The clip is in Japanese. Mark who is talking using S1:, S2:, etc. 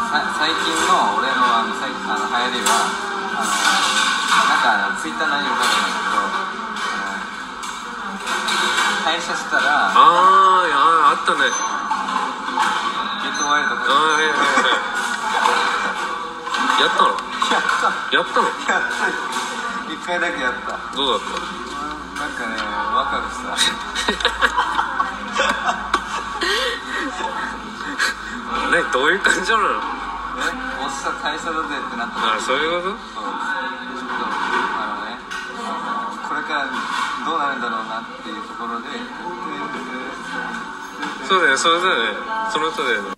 S1: 最近の俺のあの最あの流行りはあのなんかツイッター何も書いてないんだけどあの退社したら
S2: あーいやあーあったね
S1: ゲットワイルド
S2: あ
S1: か
S2: ーはいはいはいやっ
S1: やった
S2: たの
S1: やっ
S2: やったの
S1: たよ一回だけやったなんか
S2: どう
S1: ね
S2: だっ
S1: ワクワクした
S2: たねどういう感情なの
S1: えおっさん退社だぜってなった
S2: あー
S1: 時
S2: そういうこ
S1: そう
S2: と
S1: ちょっとあのねあのこれからどうなるんだろうなっていうところで
S2: そうだよそれだよねその人だよね